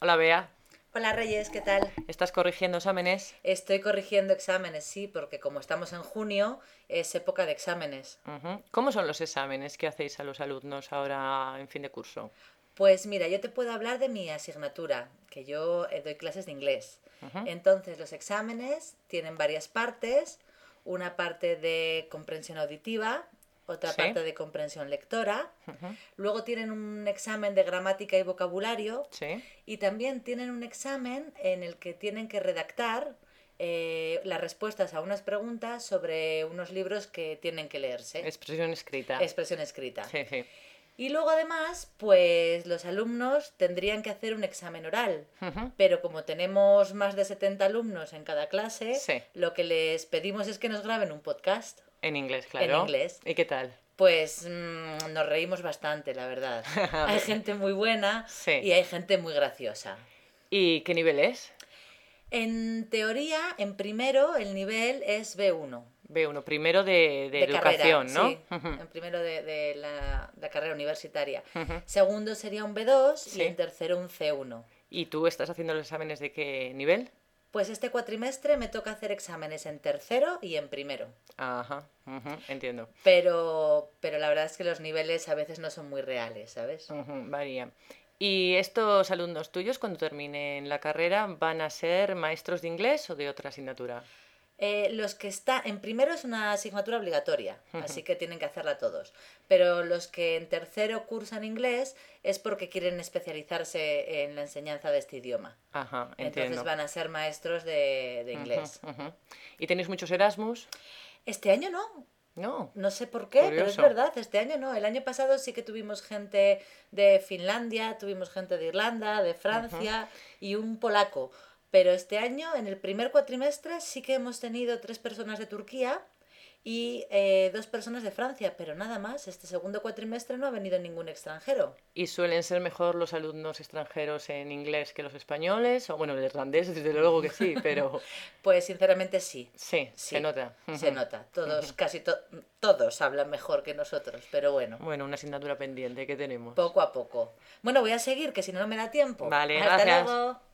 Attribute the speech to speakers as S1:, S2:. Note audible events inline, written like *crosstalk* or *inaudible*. S1: Hola Bea,
S2: Hola Reyes, ¿qué tal?
S1: ¿estás corrigiendo exámenes?
S2: Estoy corrigiendo exámenes, sí, porque como estamos en junio, es época de exámenes.
S1: Ujú. ¿Cómo son los exámenes que hacéis a los alumnos ahora en fin de curso?
S2: Pues mira, yo te puedo hablar de mi asignatura, que yo eh, doy clases de inglés.
S1: Ujú.
S2: Entonces, los exámenes tienen varias partes, una parte de comprensión auditiva, otra
S1: Sí.
S2: parte de comprensión lectora,
S1: Ujú.
S2: luego tienen un examen de gramática y vocabulario,
S1: Sí.
S2: Y también tienen un examen en el que tienen que redactar eh, las respuestas a unas preguntas sobre unos libros que tienen que leerse.
S1: Expresión escrita.
S2: Expresión escrita.
S1: Sí, sí.
S2: Y luego además, pues los alumnos tendrían que hacer un examen oral.
S1: Ujú.
S2: Pero como tenemos más de 70 alumnos en cada clase,
S1: Sí.
S2: lo que les pedimos es que nos graben un podcast.
S1: En inglés, claro.
S2: inglés.
S1: ¿Y qué tal?
S2: Pues mm, nos reímos bastante, la
S1: *laughs*
S2: verdad. Hay gente muy buena
S1: Sí.
S2: y hay gente muy graciosa.
S1: ¿Y qué nivel es?
S2: En teoría, en primero, el nivel es B1.
S1: B1, primero de, de educación,
S2: carrera,
S1: ¿no?
S2: Sí,
S1: Ujú.
S2: en primero de, de la, la carrera universitaria.
S1: Ujú.
S2: Segundo sería un B2
S1: Sí.
S2: y en tercero un C1.
S1: ¿Y tú estás haciendo los exámenes de qué nivel?
S2: Pues este cuatrimestre me toca hacer exámenes en tercero y en primero.
S1: Ajá, ujú, entiendo.
S2: Pero, pero la verdad es que los niveles a veces no son muy reales, ¿sabes?
S1: Ujú, varía. ¿Y estos alumnos tuyos, cuando terminen la carrera, van a ser maestros de inglés o de otra asignatura?
S2: Eh, los que están en primero es una asignatura obligatoria,
S1: Ujú.
S2: así que tienen que hacerla todos. Pero los que en tercero cursan inglés es porque quieren especializarse en la enseñanza de este idioma.
S1: Ajá, entiendo.
S2: Entonces van a ser maestros de, de inglés.
S1: Ujú, ujú. ¿Y tenéis muchos Erasmus?
S2: Este año no,
S1: No.
S2: no sé por qué, pero es
S1: Curioso.
S2: verdad, este año no. El año pasado sí que tuvimos gente de Finlandia, tuvimos gente de Irlanda, de Francia y un polaco. Pero este año, en el primer cuatrimestre, sí que hemos tenido tres personas de Turquía y eh, dos personas de Francia, pero nada más. Este segundo cuatrimestre no ha venido ningún extranjero.
S1: ¿Y suelen ser mejor los alumnos extranjeros en inglés que los españoles? O bueno, el irlandés, desde luego que sí,
S2: *laughs*
S1: pero
S2: Pues sinceramente sí.
S1: sí,
S2: Sí,
S1: se nota.
S2: Se
S1: Ujú.
S2: nota. Todos, casi to- todos hablan mejor que nosotros, pero bueno.
S1: Bueno, una asignatura pendiente que tenemos.
S2: Poco a poco. Bueno, voy a seguir, que si no, no me da tiempo.
S1: Vale,
S2: Hasta
S1: gracias.
S2: luego.